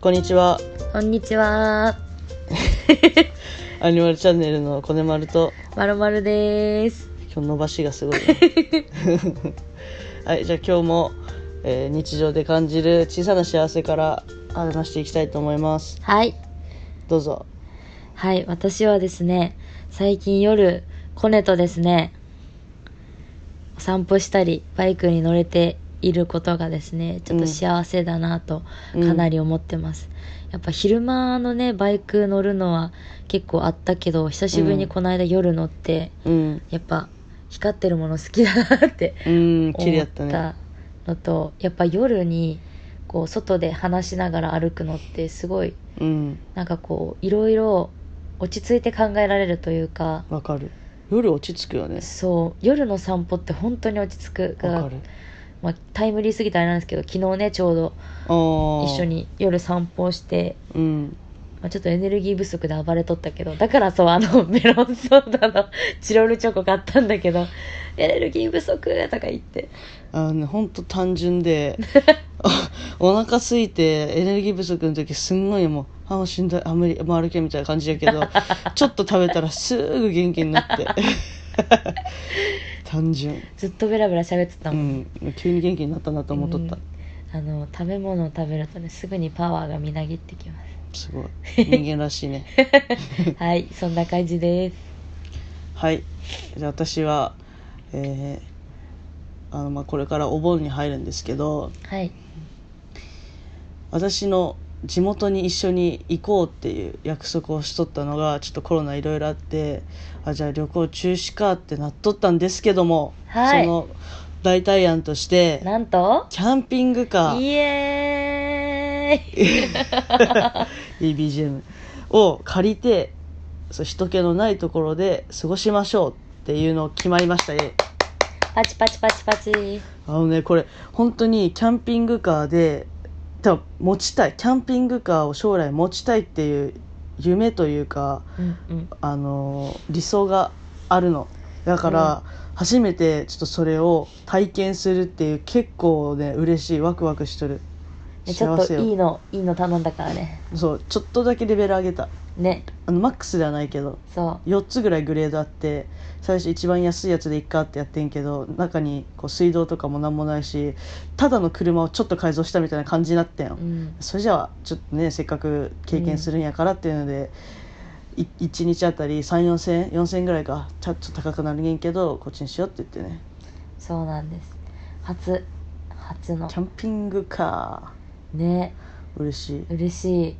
こんにちは。こんにちは。アニマルチャンネルのコネマルと、まるまるです。今日伸ばしがすごい、 ね。はい、じゃあ今日も、えー日常で感じる小さな幸せから話していきたいと思います。はい。どうぞ。はい。私はですね、最近夜、コネとですね、お散歩したり、バイクに乗れていることがですね、ちょっと幸せだなと、うんかなり思ってます。やっぱ昼間のね、バイク乗るのは結構あったけど、久しぶりにこの間夜乗って、うん。やっぱ光ってるもの好きだなってうん、綺麗思だっったね。たのとやっぱ夜にこう外で話しながら歩くのってすごいうん、なんかこういろいろ落ち着いて考えられるというかわかる。夜落ち着くよね。そう夜の散歩って本当に落ち着くわかる。まあ、タイムリーすぎてあれなんですけど昨日ねちょうどああ。一緒。に夜散歩をして、うん。まあ、ちょっとエネルギー不足で暴れとったけどだからそうあのメロンソーダのチロルチョコ買ったんだけどエネルギー不足とか言ってあのね、ほんと単純であお腹空いてエネルギー不足の時すんごいもうあもうしんどいあ無理もう歩けみたいな感じやけどちょっと食べたらすぐ元気になって単純、ずっとベラベラ喋ってたうもんん、急に元気になったなと思っとった、うんあの食べ物を食べるとねすぐにパワーがみなぎってきます すごい人間らしいねはいそんな感じですはいじゃあ私はえーあのまあこれからお盆に入るんですけどはい私の地元に一緒に行こうっていう約束をしとったのがちょっとコロナいろいろあってあじゃあ旅行中止かってなっとったんですけども、はいその代替案としてなんとキャンピングカイーエーイいい BGM を借りてそう人気のないところで過ごしましょうっていうのを決まりましたねパチパチパチパチあのねこれ本当にキャンピングカーで多分持ちたいキャンピングカーを将来持ちたいっていう夢というかうんうんあの理想があるのだから、初めてちょっとそれを体験するっていう結構ね嬉しいワクワクしとるねちょっとよいいのいいの頼んだからねそうちょっとだけレベル上げたねあのマックスではないけどそ4つぐらいグレードあって最初一番安いやつでいっかってやってんけど中にこう水道とかもなんもないしただの車をちょっと改造したみたいな感じになったよ、う、うん、それじゃあちょっとねせっかく経験するんやからっていうので、い一1日あたり34000円4000円ぐらいかちょっと高くなるげんけどこっちにしようって言ってねそうなんです初初のキャンピングカねー嬉し嬉しい、い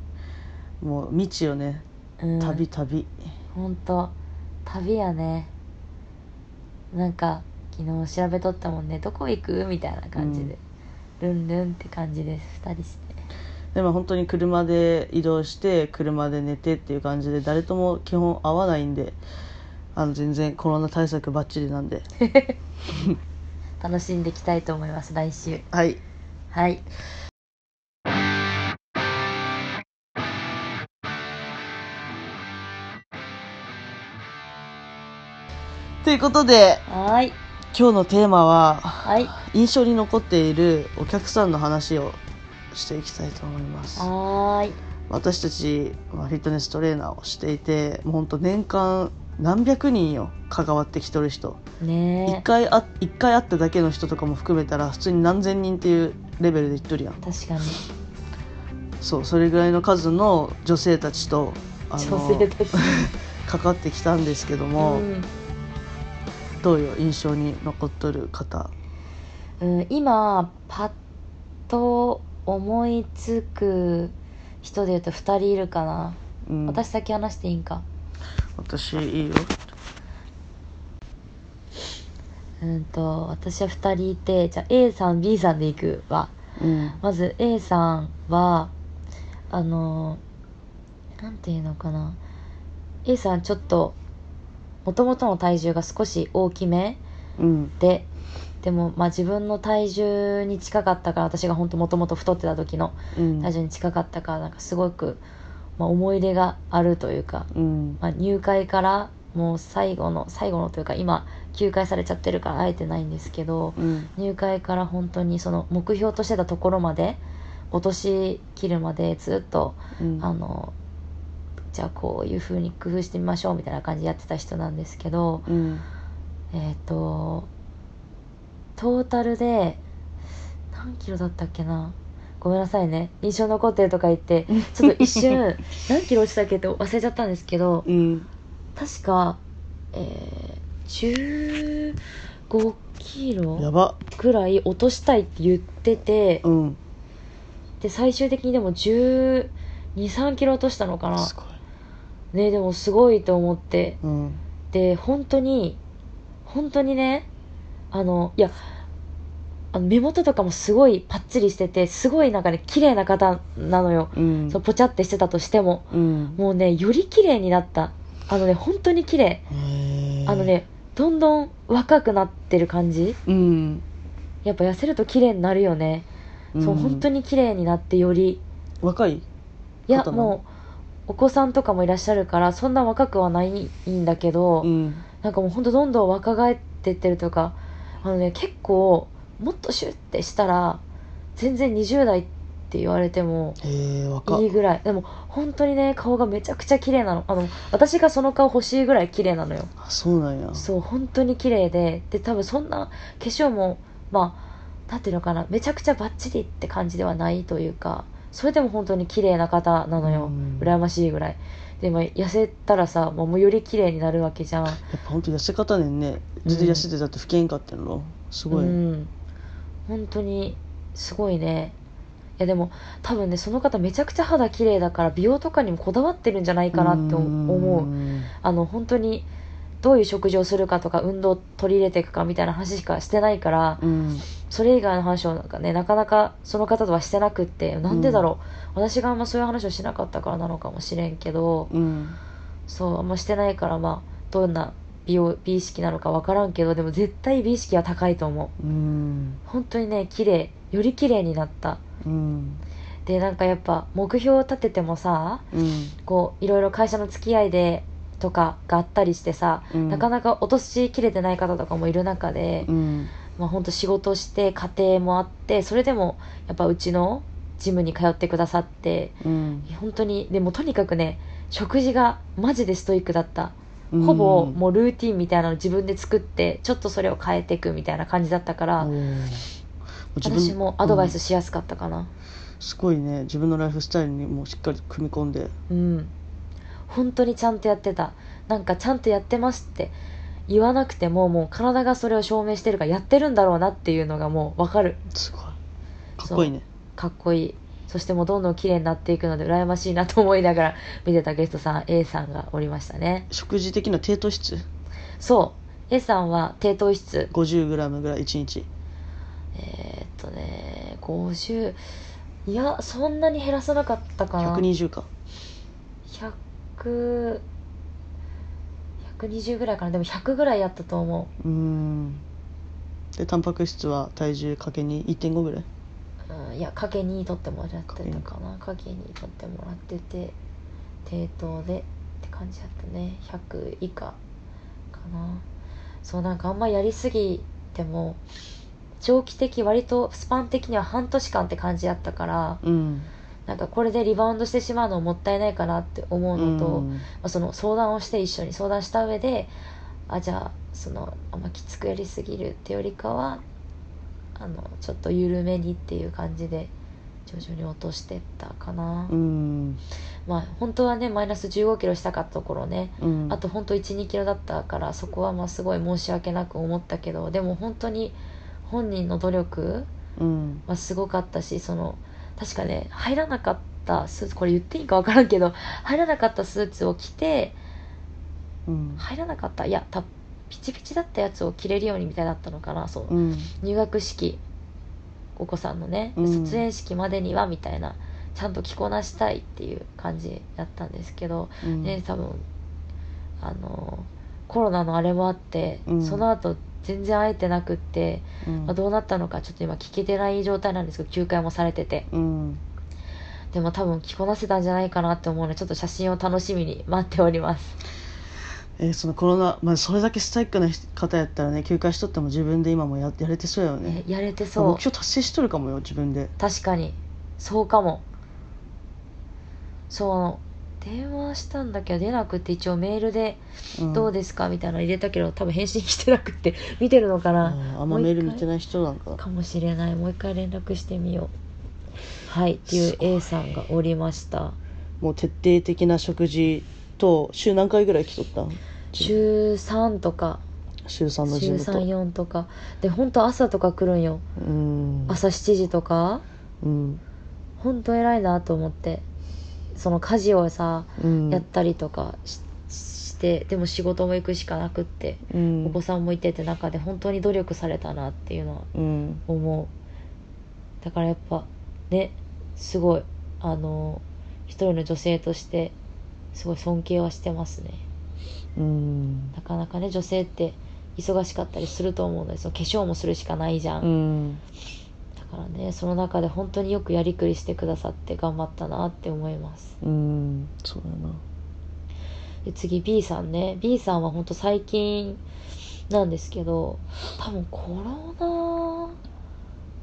もう未知よねうん、旅旅、ほんと旅やねなんか昨日調べとったもんねどこ行くみたいな感じで、ルンルンって感じです2人してでも本当に車で移動して車で寝てっていう感じで誰とも基本会わないんであの全然コロナ対策バッチリなんで楽しんでいきたいと思います来週はいはいということではーい今日のテーマははい印象に残っているお客さんの話をしていきたいと思いますはーい私たちまあフィットネストレーナーをしていてもうほんと年間何百人よ関わってきとる人一ねえ回あ一回会っただけの人とかも含めたら普通に何千人っていうレベルでいっとるやん確かにそうそれぐらいの数の女性たちとあ女性のたちかかってきたんですけども、うんどうよ印象に残っとる方うん、今パッと思いつく人で言うと2人いるかな、うん私先話していいんか私いいようんと私は2人いてじゃあ A さん B さんでいくわうんまず A さんはあのなんていうのかな A さんちょっともともとの体重が少し大きめうんででもまあ自分の体重に近かったから私が本当もともと太ってた時のうん体重に近かったからなんかすごく、まあ、思い入れがあるというかうんまあ、入会からもう最後の最後のというか今休会されちゃってるから会えてないんですけどうん入会から本当にその目標としてたところまでお年切るまでずっと、うんあのじゃあこういう風に工夫してみましょうみたいな感じでやってた人なんですけどうんえっ、とトータルで何キロだったっけなごめんなさいね印象残ってるとか言ってちょっと一瞬何キロ落ちたっけって忘れちゃったんですけどうん確か、えー、15キやロばくらい落としたいって言っててうんで最終的にでも1 2 3キロ落としたのかなすごいねでもすごいと思ってうんで本当に本当にねあのいやあの目元とかもすごいパッチリしててすごいなんかね綺麗な方なのよ、うんそうポチャってしてたとしてもうんもうねより綺麗になったあのね本当に綺麗へーあのねどんどん若くなってる感じうんやっぱ痩せると綺麗になるよね、そう本当にに綺麗になってより若いいや方なのもうお子さんとかもいらっしゃるからそんな若くはないんだけど、うんなんかもうほんとどんどん若返ってってるというかあのね結構もっとシュッてしたら全然20代って言われてもへえ若いいぐらいでも本当にね顔がめちゃくちゃ綺麗なのあの私がその顔欲しいぐらい綺麗なのよあそうなんやそう本当に綺麗でで多分そんな化粧もまあなんていうのかなめちゃくちゃバッチリって感じではないというかそれでも本当に綺麗な方なのよ、うん羨ましいぐらいでも痩せたらさもうより綺麗になるわけじゃんやっぱ本当痩せ方ねんねずっと痩せてたって不健康ってんのすごい、うん、本当にすごいねいやでも多分ねその方めちゃくちゃ肌綺麗だから美容とかにもこだわってるんじゃないかなって思ううんあの本当にどういう食事をするかとか運動を取り入れていくかみたいな話しかしてないからうんそれ以外の話をなんかねなかなかその方とはしてなくってなんでだろう、私があんまそういう話をしなかったからなのかもしれんけどうんそうあんましてないからまあどんな美容美意識なのか分からんけどでも絶対美意識は高いと思ううん本当にね綺麗より綺麗になったうんでなんかやっぱ目標を立ててもさうんこういろいろ会社の付き合いでとかがあったりしてさ、うんなかなか落としきれてない方とかもいる中で、うんまあ、ほんと仕事して家庭もあってそれでもやっぱうちのジムに通ってくださってうん本当にでもとにかくね食事がマジでストイックだったうんほぼもうルーティンみたいなの自分で作ってちょっとそれを変えていくみたいな感じだったから、おー自分私もアドバイスうんしやすかったかな、すごいね自分のライフスタイルにもしっかり組み込んでうん本当にちゃんとやってたなんかちゃんとやってますって言わなくてももう体がそれを証明してるからやってるんだろうなっていうのがもう分かるすごいかっこいいねかっこいいそしてもうどんどん綺麗になっていくので羨ましいなと思いながら見てたゲストさん A さんがおりましたね食事的な低糖質そう A さんは低糖質 50g ぐらい1日えー、っとね50いやそんなに減らさなかったかな120か100 120ぐらいかなでも100ぐらいやったと思ううーんでタンパク質は体重かけに1.5ぐらいうんいや影に取ってもらってたかな影に取ってもらってて低糖でって感じだったね100以下かなそうなんかあんまやりすぎても長期的割とスパン的には半年間って感じだったからうんなんかこれでリバウンドしてしまうのももったいないかなって思うのと、うんまあ、その相談をして一緒に相談した上であじゃあそのあんまきつくやりすぎるってよりかはあのちょっと緩めにっていう感じで徐々に落としてったかな、うんまあ本当はねマイナス1 5キロしたかったところねうんあと本当1 2キロだったからそこはまあすごい申し訳なく思ったけどでも本当に本人の努力うんはすごかったしその確かね入らなかったスーツこれ言っていいか分からんけど入らなかったスーツを着てうん入らなかったいやたピチピチだったやつを着れるようにみたいだったのかなそう、うん入学式お子さんのね、うん卒園式までにはみたいなちゃんと着こなしたいっていう感じだったんですけど、うんね多分あのコロナのあれもあって、うんその後全然会えてなくって、うんまあどうなったのかちょっと今聞けてない状態なんですけど休会もされててうんでも多分着こなせたんじゃないかなって思うのでちょっと写真を楽しみに待っておりますえーそのコロナ、まあ、それだけスタイックな方やったらね休暇しとっても自分で今もややれてそうやよねえやれて目そう標達成しとるかもよ自分で確かにそうかもそう電話したんだけど出なくって一応メールで「どうですか?」みたいなの入れたけど多分返信来てなくって 見てるのかかなあんまメール見てない人なんかなかもしれないもう一回連絡してみようはいっていうすごい A さんがおりましたもう徹底的な食事と週何回ぐらい来とったん週3とか週3のジ週ムと34とかで本当朝とか来るんようん朝7時とかうん本当偉いなと思ってその家事をさうんやったりとかししてでも仕事も行くしかなくってうんお子さんもいてって中で本当に努力されたなっていうのはうん思うだからやっぱねすごいあの一人の女性としてすごい尊敬はしてますねうんなかなかね女性って忙しかったりすると思うのでその化粧もするしかないじゃん、うんだからねその中で本当によくやりくりしてくださって頑張ったなって思いますうんそうだなで次 B さんね B さんは本当最近なんですけど多分コロナ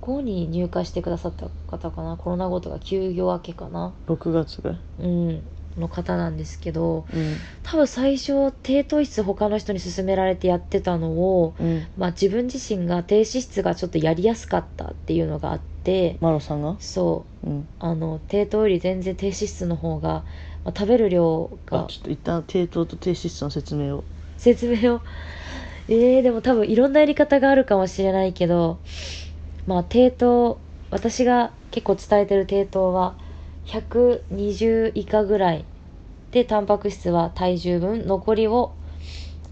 後に入会してくださった方かなコロナ後とか休業明けかな6月ぐらいうんの方なんですけどうん多分最初低糖質他の人に勧められてやってたのを、うんまあ、自分自身が低脂質がちょっとやりやすかったっていうのがあってマロさんがそううんあの低糖より全然低脂質の方が、まあ、食べる量あがちょっと一旦低糖と低脂質の説明を説明をえー、でも多分いろんなやり方があるかもしれないけどまあ低糖私が結構伝えてる低糖は120以下ぐらいでタンパク質は体重分残りを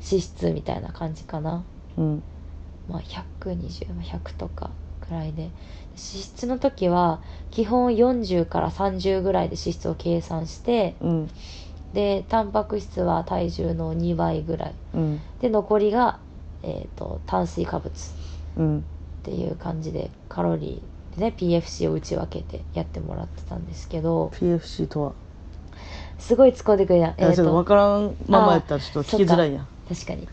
脂質みたいな感じかなうんまあ、120、まあ100とかくらいで脂質の時は基本40から30ぐらいで脂質を計算してうんでタンパク質は体重の2倍ぐらいうんで残りが、えー、と炭水化物っうんていう感じでカロリーでね PFC を内訳てやってもらってたんですけど PFC とはすごい突っ込んでくれた、えあー、ちょっと分とからんままやったらちょっと聞きづらいやん確かに、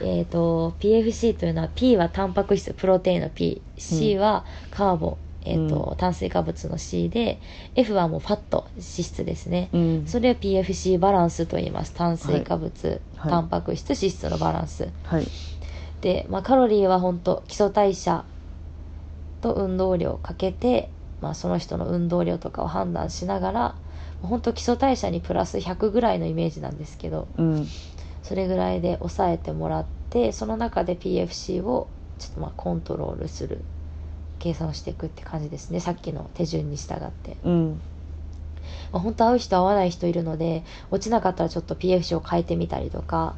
えー、と PFC というのは P はタンパク質プロテインの PC はカーボ、えーとう炭水化物の C で F はもうファット脂質ですね、うんそれを PFC バランスと言います炭水化物、はいタンパク質脂質のバランス、はいで、まあ、カロリーは本当基礎代謝と運動量をかけて、まあ、その人の運動量とかを判断しながら本当基礎代謝にプラス100ぐらいのイメージなんですけどうんそれぐらいで抑えてもらってその中で PFC をちょっとまあコントロールする計算をしていくって感じですねさっきの手順に従って、うんまあ、本当合う人合わない人いるので落ちなかったらちょっと PFC を変えてみたりとか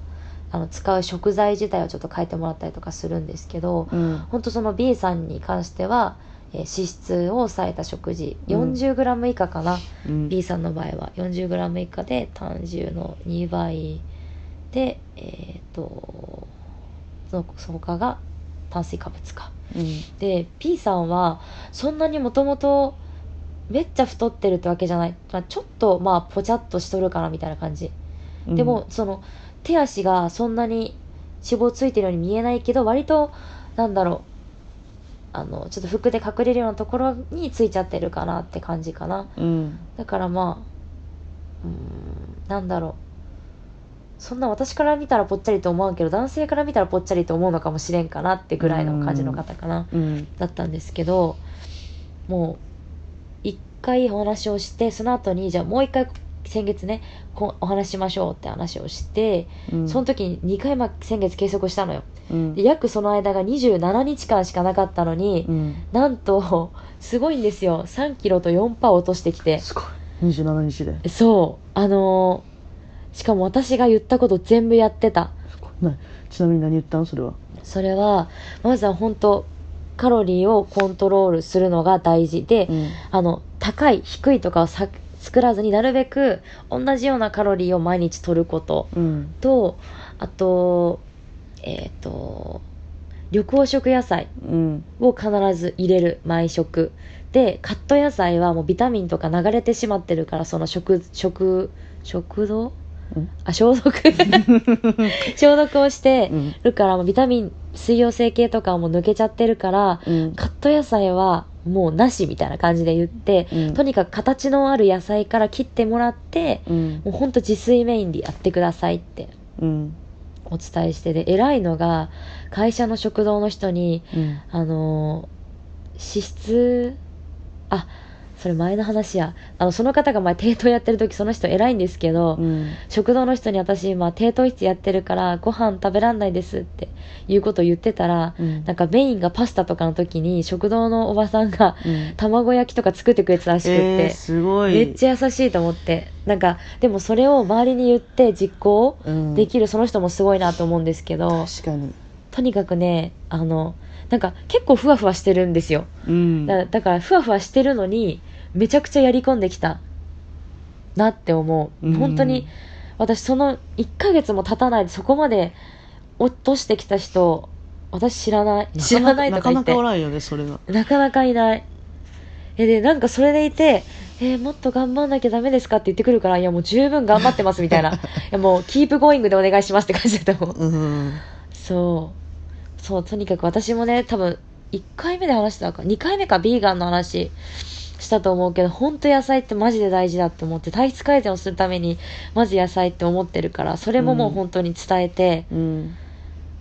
あの使う食材自体をちょっと変えてもらったりとかするんですけど、うん本当その B さんに関しては、えー脂質を抑えた食事 40g 以下かな、うん B さんの場合は 40g 以下で単重の2倍でえーっとそのその他が炭水化物かうんで P さんはそんなにもともとめっちゃ太ってるってわけじゃない、まあ、ちょっとまあぽちゃっとしとるかなみたいな感じでも、その手足がそんなに脂肪ついてるように見えないけど割となんだろうあのちょっと服で隠れるようなところについちゃってるかなって感じかなうんだからまあうーんなんだろうそんな私から見たらぽっちゃりと思うけど男性から見たらぽっちゃりと思うのかもしれんかなってぐらいの感じの方かなうんだったんですけどもう一回お話をしてその後にじゃあもう一回先月ねこうお話ししましょうって話をしてうんその時に2回ま先月計測したのようんで約その間が27日間しかなかったのにうんなんとすごいんですよ3キロと4パー落としてきてすごい27日でそうあのーしかも私が言ったこと全部やってたすごいなちなみに何言ったんそれはそれはまずは本当カロリーをコントロールするのが大事で、うんあの高い低いとかをさ作らずになるべく同じようなカロリーを毎日取ることうんとあとえっ、と緑黄色野菜うんを必ず入れる毎食でカット野菜はもうビタミンとか流れてしまってるからその食食食道うんあ消毒 消毒をしてうんるからもうビタミン水溶性系とかはもう抜けちゃってるからうんカット野菜はもうなしみたいな感じで言って、うんとにかく形のある野菜から切ってもらって、うんもうほんと自炊メインでやってくださいってうんお伝えしてで偉いのが会社の食堂の人にうんあのー脂質あそれ前の話やあのその方が前低糖やってる時その人偉いんですけど、うん食堂の人に私今低糖質やってるからご飯食べらんないですっていうことを言ってたら、うんなんかメインがパスタとかの時に食堂のおばさんがうん卵焼きとか作ってくれてたらしくって、えー、すごいめっちゃ優しいと思ってなんかでもそれを周りに言って実行うんできるその人もすごいなと思うんですけど、確かにとにかくねあのなんか結構ふわふわしてるんですようんだだからふわふわしてるのにめちゃくちゃやり込んできたなって思う、うん本当に私その1ヶ月も経たないでそこまで落としてきた人私知らない知らないとなかか言なってかおらんよねそれがなかなかいないえでなんかそれでいてえーもっと頑張んなきゃダメですかって言ってくるからいやもう十分頑張ってますみたいないやもうキープゴーイングでお願いしますって感じだと思ううんそうそうとにかく私もね多分1回目で話したか2回目かビーガンの話したと思うけど本当野菜ってマジで大事だって思って体質改善をするためにまず野菜って思ってるからそれももう本当に伝えて、うん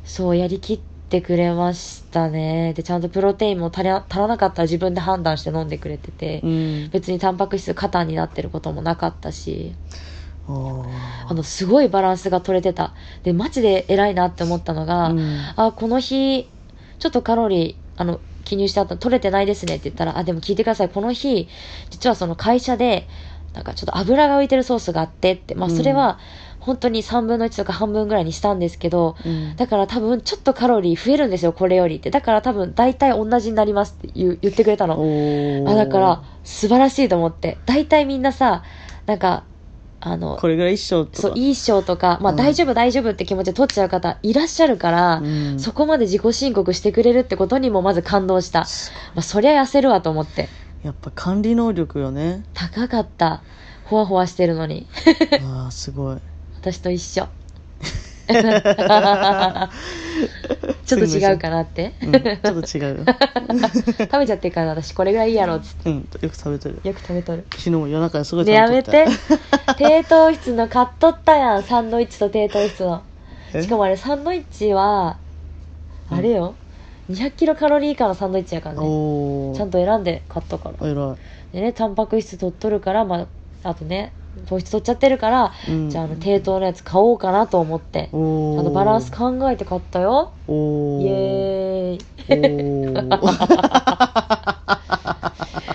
そうやりきってくれましたねでちゃんとプロテインも足りな足らなかったら自分で判断して飲んでくれてて、うん別にタンパク質過多になってることもなかったしおーあのすごいバランスが取れてたでマジで偉いなって思ったのが、うんあこの日ちょっとカロリーあの記入してあった取れてないですねって言ったらあでも聞いてくださいこの日実はその会社でなんかちょっと油が浮いてるソースがあってって、まあ、うんそれは本当に3分の1とか半分ぐらいにしたんですけどうんだから多分ちょっとカロリー増えるんですよこれよりってだから多分大体同じになりますって言う言ってくれたのおーあだから素晴らしいと思って大体みんなさなんかあのこれぐらい一生とかそういい賞とか、まあ、うん大丈夫大丈夫って気持ちで取っちゃう方いらっしゃるから、うんそこまで自己申告してくれるってことにもまず感動した、すごいまあ、そりゃ痩せるわと思ってやっぱ管理能力よ ね高かったほわほわしてるのにああすご い私と 一緒 すぐちょっとの人違うかな ってうんちょっと違うよ食べちゃってるから私これぐらいいいやろっつっうんよく食べてるてよく食べとる昨日も夜中にすごい食でべやとっめたて 低糖質の買っとったやんサンドイッチと低糖質のえしかもあれサンドイッチはうんあれよ、200キロカロリー以下のサンドイッチやからねおおちゃんと選んで買ったから偉いでねタンパク質取っとるから、まあ、あとね糖質取っちゃってるから、うんじゃああの低糖のやつ買おうかなと思ってちおゃーんとバランス考えて買ったよおーイエーイお ー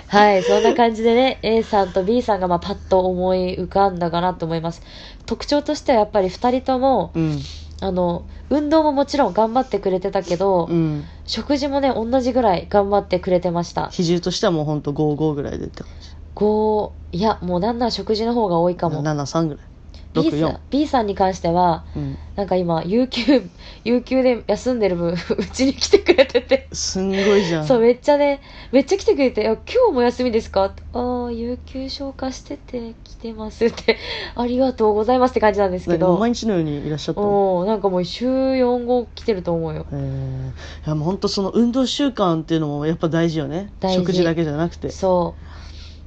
はいそんな感じでね A さんと B さんがまあパッと思い浮かんだかなと思います特徴としてはやっぱり2人ともうんあの運動ももちろん頑張ってくれてたけど、うん食事もね同じぐらい頑張ってくれてました比重としてはもうほんと55ぐらいでって感じ5いやもうなんなら食事の方が多いかも73ぐらい B さ64ん B さんに関してはうんなんか今有給 有給で休んでる分 うちに来てくれててすんごいじゃんそうめっちゃねめっちゃ来てくれていや「今日も休みですか?」って「ああ有給消化してて来てます」って ありがとうございますって感じなんですけ何もうど毎日のようにいらっしゃったのおなんかもう週4号来てると思うよへーいやもう本当その運動習慣っていうのもやっぱ大事よね大事食事だけじゃなくてそ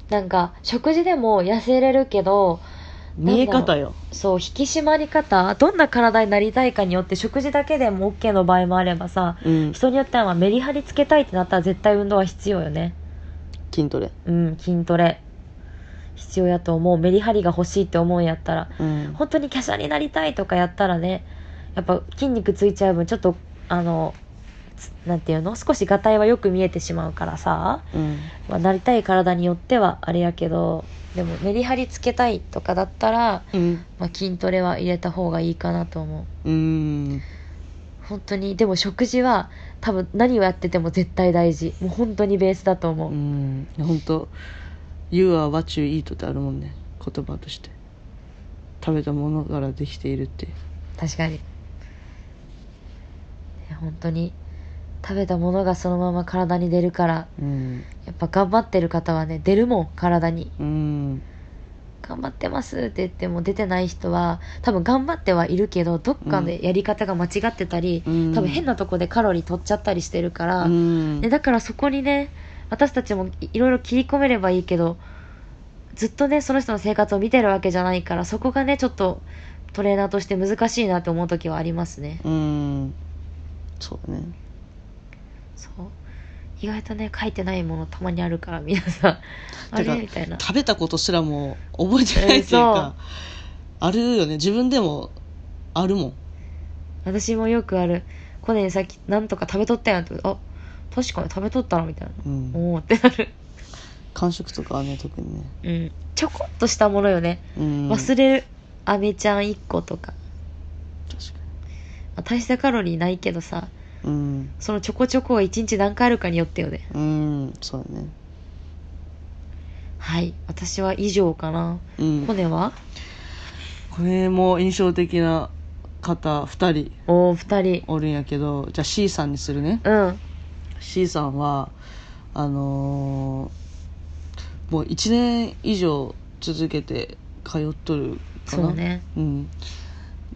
うなんか食事でも痩せれるけど見え方よそう引き締まり方どんな体になりたいかによって食事だけでも OK の場合もあればさうん人によってはまあメリハリつけたいってなったら絶対運動は必要よね筋トレうん筋トレ必要やと思うメリハリが欲しいって思うんやったらうん本当に華奢になりたいとかやったらねやっぱ筋肉ついちゃう分ちょっとあのつなんていうの少しがたいはよく見えてしまうからさ、うんまあ、なりたい体によってはあれやけどでもメリハリつけたいとかだったら、うんまあ、筋トレは入れた方がいいかなと思ううん本当にでも食事は多分何をやってても絶対大事もう本当にベースだと思う、うん本当 You are what you eat ってあるもんね言葉として食べたものからできているって確かにね本当に食べたものがそのまま体に出るからうんやっぱ頑張ってる方はね出るもん体にうん頑張ってますって言っても出てない人は多分頑張ってはいるけどどっかでやり方が間違ってたり、うん多分変なとこでカロリー取っちゃったりしてるから、うんでだからそこにね私たちもいいろいろ切り込めればいいけどずっとねその人の生活を見てるわけじゃないからそこがねちょっとトレーナーとして難しいなって思う時はありますねうんそうねそう意外とね書いてないものたまにあるから皆さん あてかれみたいな食べたことすらもう覚えてないっていうか、あるよね自分でもあるもん私もよくあるコネにさっきなんとか食べとったやんってあ確かに食べとったなみたいなうんおおってなる間食とかはね特にね、うんちょこっとしたものよねうん、忘れるアメちゃん1個とか確かまあ大したカロリーないけどさにうんそのちょこちょこを1日何回あるかによってよねうんそうだねはい私は以上かなうんコネはこれも印象的な方2人おお2人おるんやけどじゃあ C さんにするねうん C さんはあのーもう1年以上続けて通っとるかなそうねうん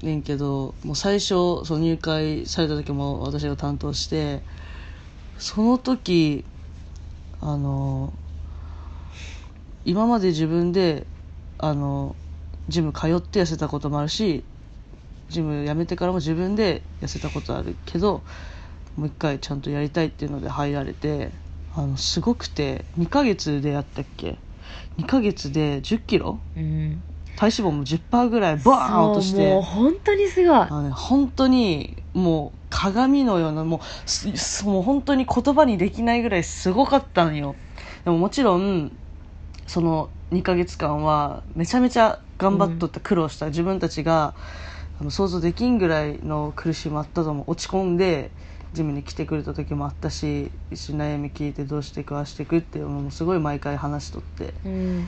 ねんけどもう最初その入会された時も私が担当してその時あの今まで自分であのジム通って痩せたこともあるしジム辞めてからも自分で痩せたことあるけどもう一回ちゃんとやりたいっていうので入られてあのすごくて2ヶ月でやったっけ2ヶ月で1 0キロうん体脂肪も10%ぐらいバーン落としそうもうて本当にすごいあの、ね、本当にもう鏡のようなもうすすもう本当に言葉にできないぐらいすごかったのよでももちろんその2ヶ月間はめちゃめちゃ頑張っとった、苦労した自分たちがあの想像できんぐらいの苦しみもあったと思う落ち込んでジムに来てくれた時もあったし一緒に悩み聞いてどうしていくああしていくっていうのもすごい毎回話しとってうん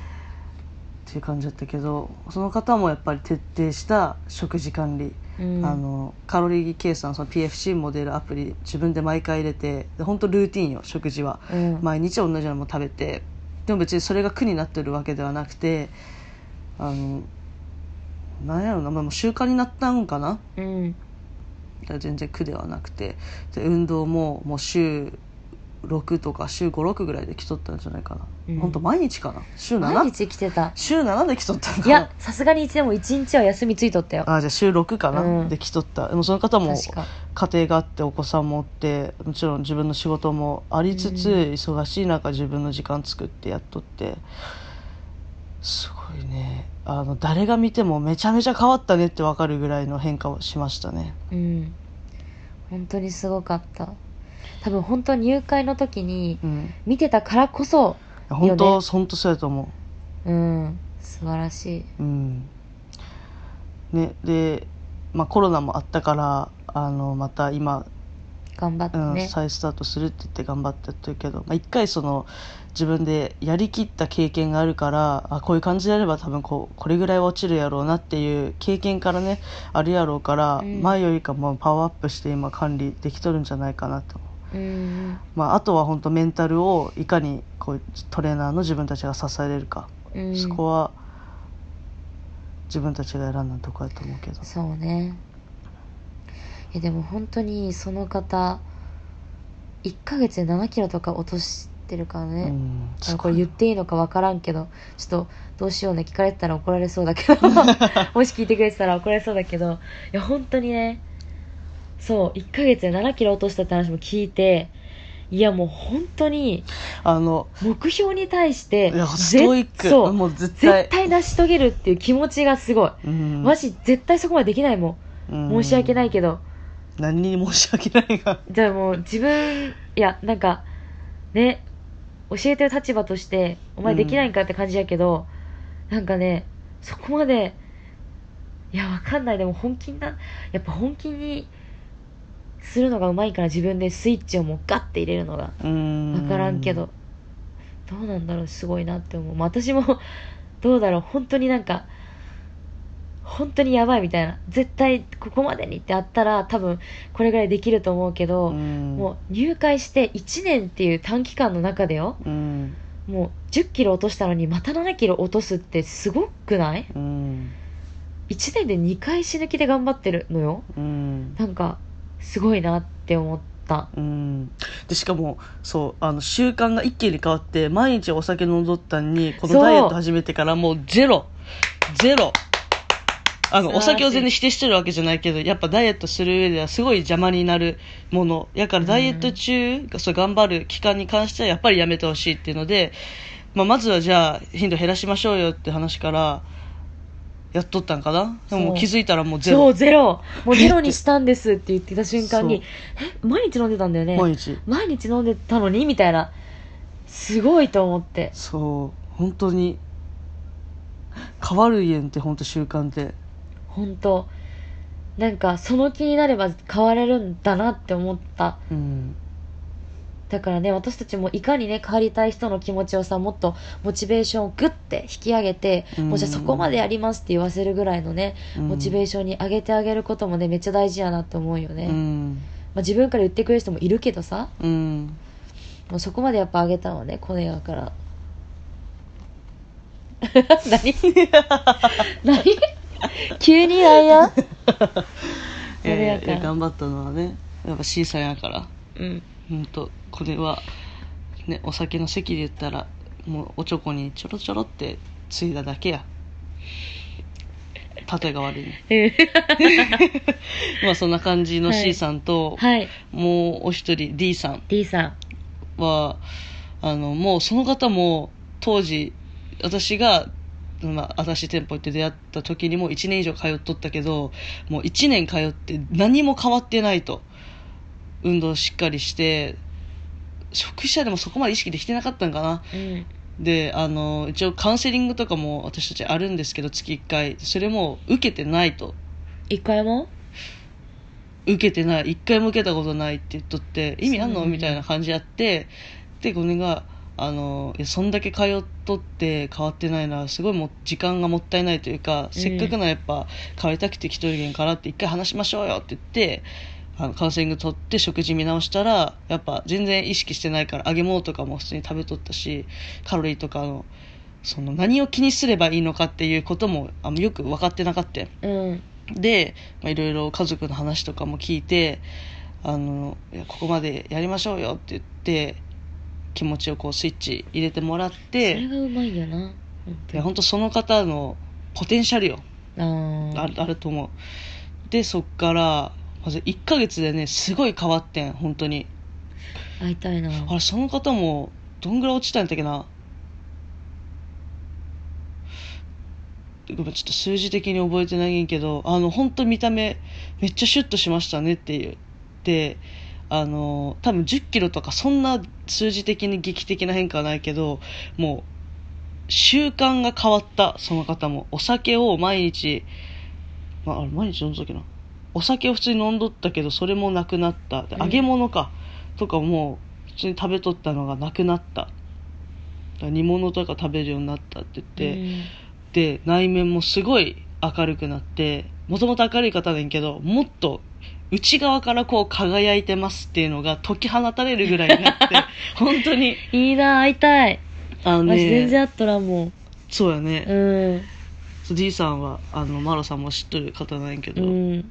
っていう感じだったけどその方もやっぱり徹底した食事管理、うんあのカロリー計算その PFC モデルアプリ自分で毎回入れてで本当ルーティンよ食事はうん毎日同じようなもの食べてでも別にそれが苦になってるわけではなくてあのなんやろな、まあ、もう習慣になったんかなうんだから全然苦ではなくてで運動ももう週6とか週56ぐらいで来とったんじゃないかな、うん本当毎日かな週毎 7? 日来 てた週7で来とったんかないやさすがにいつでも1日は休みついとったよあじゃあ収録かな、うんできとったでもその方も確か家庭があってお子さんもおってもちろん自分の仕事もありつつ、うん忙しい中自分の時間作ってやっとってすごいねあの誰が見てもめちゃめちゃ変わったねって分かるぐらいの変化をしましたねうん本当にすごかった多分本当入会の時にうん見てたからこそ本いい当、よ本当そうやと思うん素晴らしいううんねで、まあ、コロナもあったからあのまた今頑張ってうんね、再スタートするって言って頑張ってやってるけど、まあ、一回その自分でやりきった経験があるからあこういう感じでやれば多分こうこれぐらいは落ちるやろうなっていう経験からねあるやろうから、うん前よりかもパワーアップして今管理できとるんじゃないかなと思う、うんまあ、あとは本当メンタルをいかにこうトレーナーの自分たちが支えれるか、うんそこは自分たちが選んだとこやと思うけど。そうねいやでも本当にその方1ヶ月で7キロとか落としてるからね、うんあすのこごれい言っていいのか分からんけどちょっとどうしようね聞かれてたら怒られそうだけど もし聞いてくれてたら怒られそうだけどいや本当にねそう1ヶ月で7キロ落としたって話も聞いていやもう本当にあの目標に対していやストイックぜそうもう絶対絶対成し遂げるっていう気持ちがすごい、うんマジ絶対そこまでできないもん、申し訳ないいけど何に申し訳ないがじゃあもう自分いやなんかね教えてる立場としてお前できないんかって感じやけど、なんかねそこまでいやわかんないでも本気になやっぱ本気にするのがうまいから自分でスイッチをもうガッて入れるのが分分からんけどどうなんだろうすごいなって思うまあ私も どうだろう本当になんか本当にやばいみたいな絶対ここまでにってあったら多分これぐらいできると思うけど、もう入会して1年っていう短期間の中でようんもう1 0キロ落としたのにまた7キロ落とすってすごくないうん1年で2回死ぬ気で頑張ってるのようんなんかすごいなって思っったうん、でしかもそうあの習慣が一気に変わって毎日お酒飲んどったんにこのそうダイエット始めてからもうゼロゼロあの素晴らしいお酒を全然否定してるわけじゃないけどやっぱダイエットする上ではすごい邪魔になるものやからダイエット中、そう頑張る期間に関してはやっぱりやめてほしいっていうので、まあ、まずはじゃあ頻度減らしましょうよって話からやっとったんかなでもそう気づいたらもうゼそうロゼロもうゼロにしたんですって言ってた瞬間にそえ毎日飲んでたんだよね毎日毎日飲んでたのにみたいなすごいと思ってそう本当に変わる家って本当習慣って本当なんかその気になれば変われるんだなって思ったうんだからね私たちもいかにね変わりたい人の気持ちをさもっとモチベーションをグッて引き上げて、うんもうじゃあそこまでやりますって言わせるぐらいのね、モチベーシションに上げてあげることもねめっちゃ大事やなって思うよね、うまんあ、自分から言ってくれる人もいるけどさうんもうそこまでやっぱ上げたのはねコネガから 何 何急にないやいんややいそれややから頑張ったのはねやっぱ C さんやからうん本当これはねお酒の席で言ったらもうおちょこにちょろちょろってついだだけや例えが 悪いねまあそんな感じのはい C さんと、はいもうお一人 D さん D さんはあのもうその方も当時私が、まあ、新しい店舗行って出会った時にも1年以上通っとったけどもう1年通って何も変わってないと運動しっかりして食事者でもそこまで意識できてなかったんかなうんであの一応カウンセリングとかも私たちあるんですけど月1回それも受けてないと一回も受けてない一回も受けたことないって言っとって意味あんのそうなんやみたいな感じやってで5年があのいやそんだけ通っとって変わってないならすごいもう時間がもったいないというか、うんせっかくならやっぱ変わりたくて一人げんからって一回話しましょうよって言ってあのカウンセリング取って食事見直したらやっぱ全然意識してないから揚げ物とかも普通に食べとったしカロリーとかのその何を気にすればいいのかっていうこともあのよく分かってなかったようんで、まあ、いろいろ家族の話とかも聞いてあのいやここまでやりましょうよって言って気持ちをこうスイッチ入れてもらっそれてがうまいよな。いや本当その方のポテンシャルよ当ああるあると思うでそっからまず1ヶ月でねすごい変わってん本当にあ。会いたいな。あれその方もどんぐらい落ちたんだっけなごめんちょっと数字的に覚えてないんやけどあの本当見た目めっちゃシュッとしましたねっていうであの多分1 0キロとかそんな数字的に劇的な変化はないけどもう習慣が変わったその方もお酒を毎日、まあ、あれ毎日飲んどっけなお酒を普通に飲んどったけどそれもなくなったでうん揚げ物か、とかも普通に食べとったのがなくなっただから煮物とか食べるようになったって言って、で内面もすごい明るくなってもともと明るい方だんけどもっと内側からこう輝いてますっていうのが解き放たれるぐらいになって 本当にうん、いいな、会いたい。あの私全然ね会っとらんもん。そうやね、うん。 D さんはあのマロさんも知っとる方なんやけうど、ん。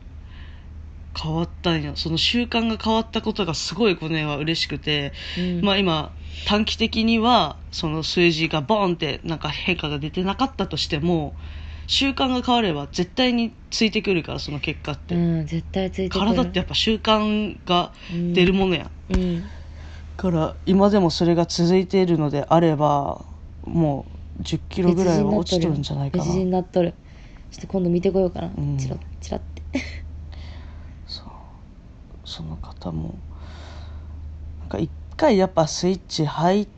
変わったんやその習慣が変わったことがすごい5年は嬉しくてうんまあ、今短期的にはその数字がボーンってなんか変化が出てなかったとしても習慣が変われば絶対についてくるからその結果って、うん、絶対ついてくる。体ってやっぱ習慣が出るものや、ん、うん。うん。から今でもそれが続いているのであればもう1 0キロぐらいは落ちてるんじゃないかな別人になっとる。ちょっと今度見てこようかなうん。チラッ、チラって。そうその方もなんか一回やっぱスイッチ入っ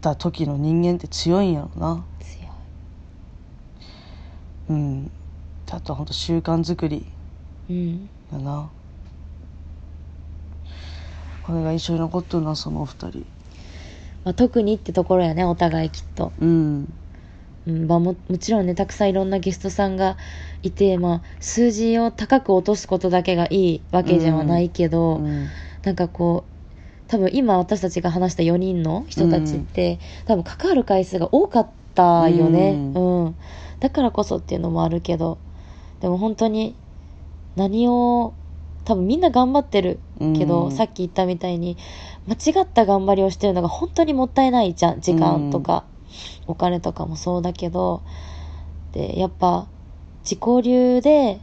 た時の人間って強いんやろな強い。うんあとは本当習慣作りうん。やなこれが一緒に残っとるなそのお二人まあ、特にってところやね、お互いきっと。うんうんまあ、ももちろんねたくさんいろんなゲストさんがいて、まあ、数字を高く落とすことだけがいいわけではないけど、うんなんかこう多分今私たちが話した4人の人たちって、多分関わる回数が多かったよね、うんうんだからこそっていうのもあるけどでも本当に何を多分みんな頑張ってるけど、うんさっき言ったみたいに間違った頑張りをしてるのが本当にもったいないじゃん時間とか、お金とかもそうだけどでやっぱ自己流で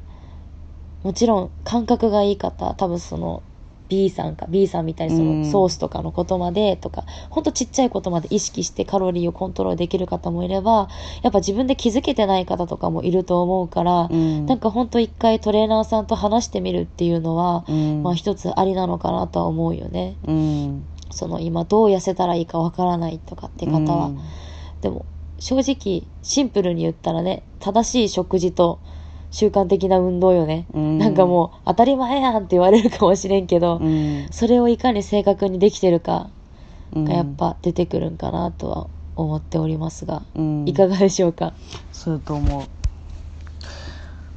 もちろん感覚がいい方多分その B さんか B さんみたいにそうんのソースとかのことまでとか、ほんとちっちゃいことまで意識してカロリーをコントロールできる方もいればやっぱ自分で気づけてない方とかもいると思うから、うんなんかほんと一回トレーナーさんと話してみるっていうのは、うんまあ一つありなのかなとは思うよねうんその今どう痩せたらいいかわからないとかって方は、でも正直シンプルに言ったらね正しい食事と習慣的な運動よね、うんなんかもう当たり前やんって言われるかもしれんけど、うんそれをいかに正確にできてるかうんがやっぱ出てくるんかなとは思っておりますが、うんいかがでしょうかそうやと思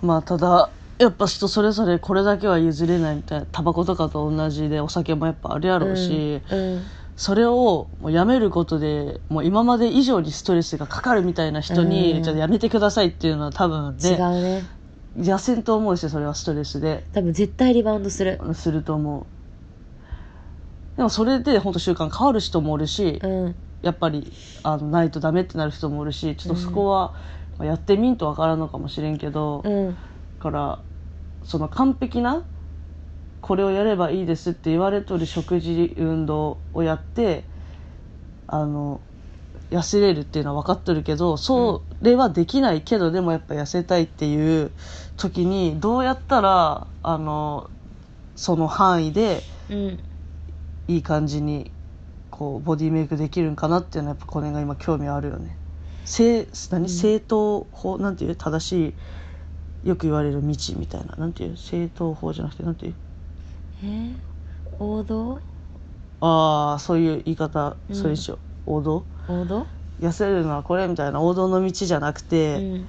うまあただやっぱ人それぞれこれだけは譲れないみたいなタバコとかと同じでお酒もやっぱあるやろうし、うんそれをもうやめることでもう今まで以上にストレスがかかるみたいな人に、うんじゃあやめてくださいっていうのは多分違うねね痩せんと思うしそれはストレスで多分絶対リバウンドするすると思うでもそれで本当習慣変わる人もおるし、うんやっぱりあのないとダメってなる人もおるしちょっとそこは、まあやってみんとわからんのかもしれんけど、うんからその完璧なこれをやればいいですって言われとる食事運動をやってあの痩せれるっていうのは分かっとるけどそれはできないけど、でもやっぱ痩せたいっていう時にどうやったらあのその範囲でうんいい感じにこうボディメイクできるんかなっていうのはやっぱこれが今興味あるよね。正何正当法なんていう正しいよく言われる道みたいななんていう正当法じゃなくてなんていうえー王道ああそういう言い方うんそれにしよう、王道王道痩せるのはこれみたいな王道の道じゃなくうて、ん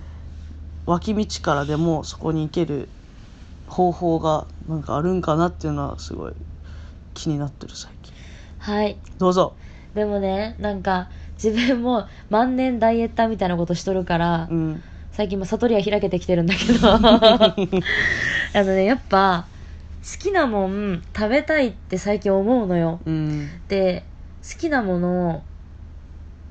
脇道からでもそこに行ける方法がなんかあるんかなっていうのはすごい気になってる最近はいどうぞでもねなんか自分も万年ダイエッターみたいなことしとるから、うん最近も悟りは開けてきてるんだけどあのねやっぱ好きなもん食べたいって最近思うのようんで好きなものを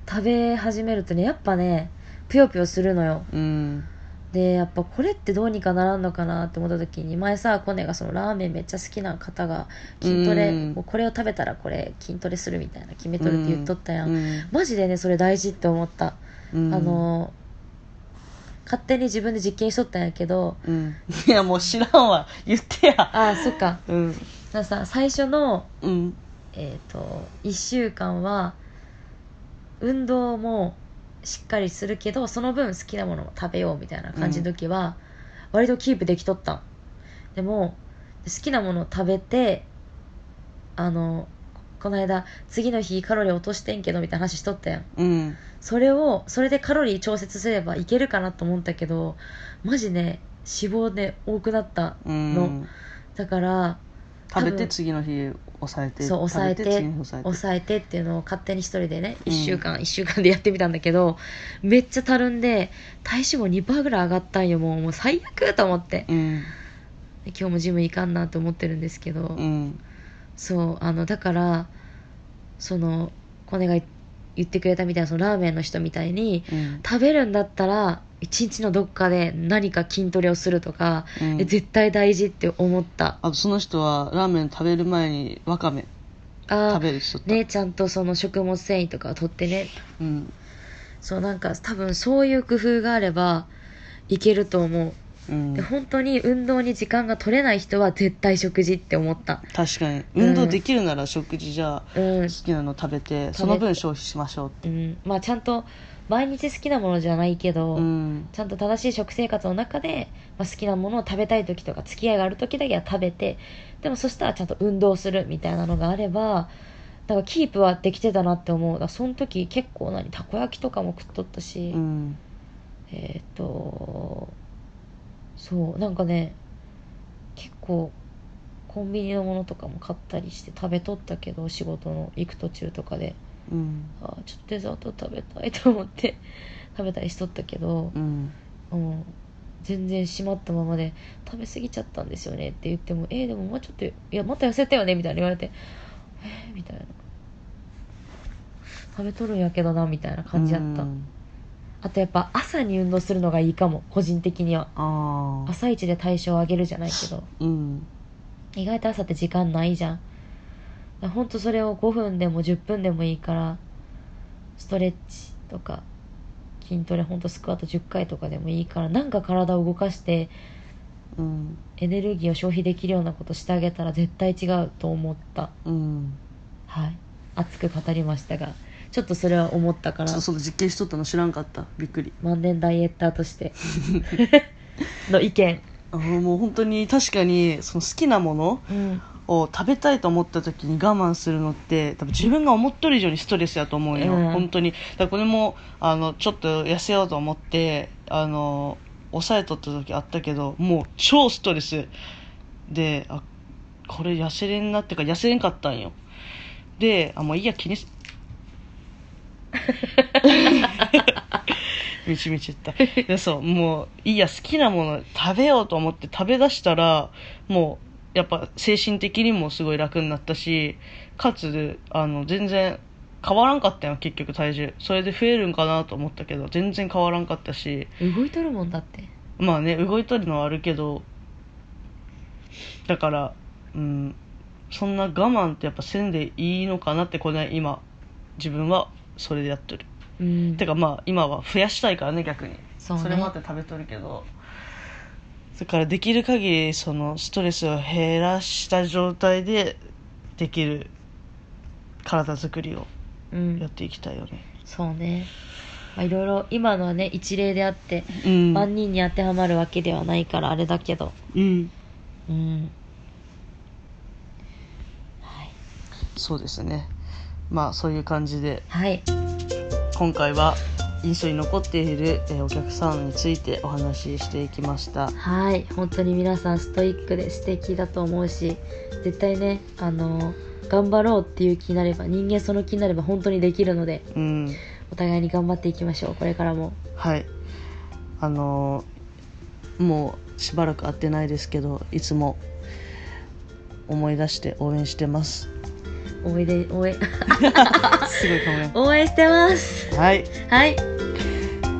食べ始めるとねやっぱねぷよぷよするのようんでやっぱこれってどうにかならんのかなって思った時に前さコネがそのラーメンめっちゃ好きな方が筋トレうんもうこれを食べたらこれ筋トレするみたいな決めとるって言っとったやん、うんマジでねそれ大事って思った、うんあの勝手に自分で実験しとったんやけどうん、いやもう知らんわ言ってやああそっかうんだからさ最初の、うんえー、と1週間は運動もしっかりするけどその分好きなものを食べようみたいな感じの時は、割とキープできとったんでも好きなものを食べてあのこの間次の日カロリー落としてんけどみたいな話しとったやんうんそれをそれでカロリー調節すればいけるかなと思ったけどマジね脂肪ね多くなったうんのだから食べ多て分次の日抑えてそう抑えて食べ次の日抑えて抑えてっていうのを勝手に一人でねうん1週間、1週間でやってみたんだけどめっちゃたるんで体脂肪2%ぐらい上がったんよもうもう最悪と思ってうんで今日もジム行かんなと思ってるんですけど、うんそうあのだからそのコネが言ってくれたみたいなそのラーメンの人みたいにうん食べるんだったら一日のどっかで何か筋トレをするとか、うんえ絶対大事って思ったあとその人はラーメン食べる前にわかめあ食あべる人だった、ねちゃんとその食物繊維とかを取ってねうんそうなんか多分そういう工夫があればいけると思うう、んで、本当に運動に時間が取れない人は絶対食事って思った確かにうん運動できるなら食事じゃあうん好、きなの食べてその分消費しましょうん、まあちゃんと毎日好きなものじゃないけど、ううんちゃんと正しい食生活の中で、まあ、好きなものを食べたい時とか付き合いがある時だけは食べてでもそしたらちゃんと運動するみたいなのがあればだからキープはできてたなって思うだからその時結構何たこ焼きとかも食っとったし、うんえーっ、とそうなんかね結構コンビニのものとかも買ったりして食べとったけど仕事の行く途中とかでうんあーちょっ とデザート食べたいと思って食べたりしとったけどうんうん、全然閉まったままで食べ過ぎちゃったんですよねって言ってもえー、でももうちょっといやまた痩せたよねみたいな言われてえー、みたいな食べとるんやけどなみたいな感じやった、うんあとやっぱ朝に運動するのがいいかも個人的にはああ朝一で代謝を上げるじゃないけどうん意外と朝って時間ないじゃんだからほんとそれを5分でも10分でもいいからストレッチとか筋トレほんとスクワット10回とかでもいいからなんか体を動かしてうんエネルギーを消費できるようなことしてあげたら絶対違うと思ったうんはい熱く語りましたがちょっとそれは思ったかちょっらとその実験しとったの知らんかったびっくり万年ダイエッターとして の意見あのもう本当に確かにその好きなものうんを食べたいと思った時に我慢するのって多分自分が思っとる以上にストレスやと思うよ、うん本当にだからこれもあのちょっと痩せようと思ってあの抑えとった時あったけどもう超ストレスであこれ痩せれんなってか痩せれんかったんよであもういいや気にすみちみち言ったでそうもういいや好きなもの食べようと思って食べだしたらもうやっぱ精神的にもすごい楽になったしかつあの全然変わらんかったよ結局体重それで増えるんかなと思ったけど全然変わらんかったし動いとるもんだってまあね動いとるのはあるけどだからうんそんな我慢ってやっぱせんでいいのかなってこれは今自分はそれでやってるうんてかまあ今は増やしたいからね逆にそうねれもあって食べとるけどだからできる限りそのストレスを減らした状態でできる体作りをうやっんていきたいよねそうねまあいろいろ今のはね一例であってうん万人に当てはまるわけではないからあれだけどうんうんはい、そうですねまあそういう感じではい、今回は印象に残っているえーお客さんについてお話ししていきましたはい本当に皆さんストイックで素敵だと思うし絶対ねあの頑張ろうっていう気になれば人間その気になれば本当にできるのでうんお互いに頑張っていきましょうこれからもはいあのーもうしばらく会ってないですけどいつも思い出して応援してます応援で応援すごいかもよ 応援してますはいはい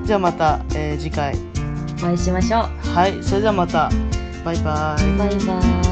じゃあまた、えー次回お会いしましょうはいそれではまたバイバイバイバイ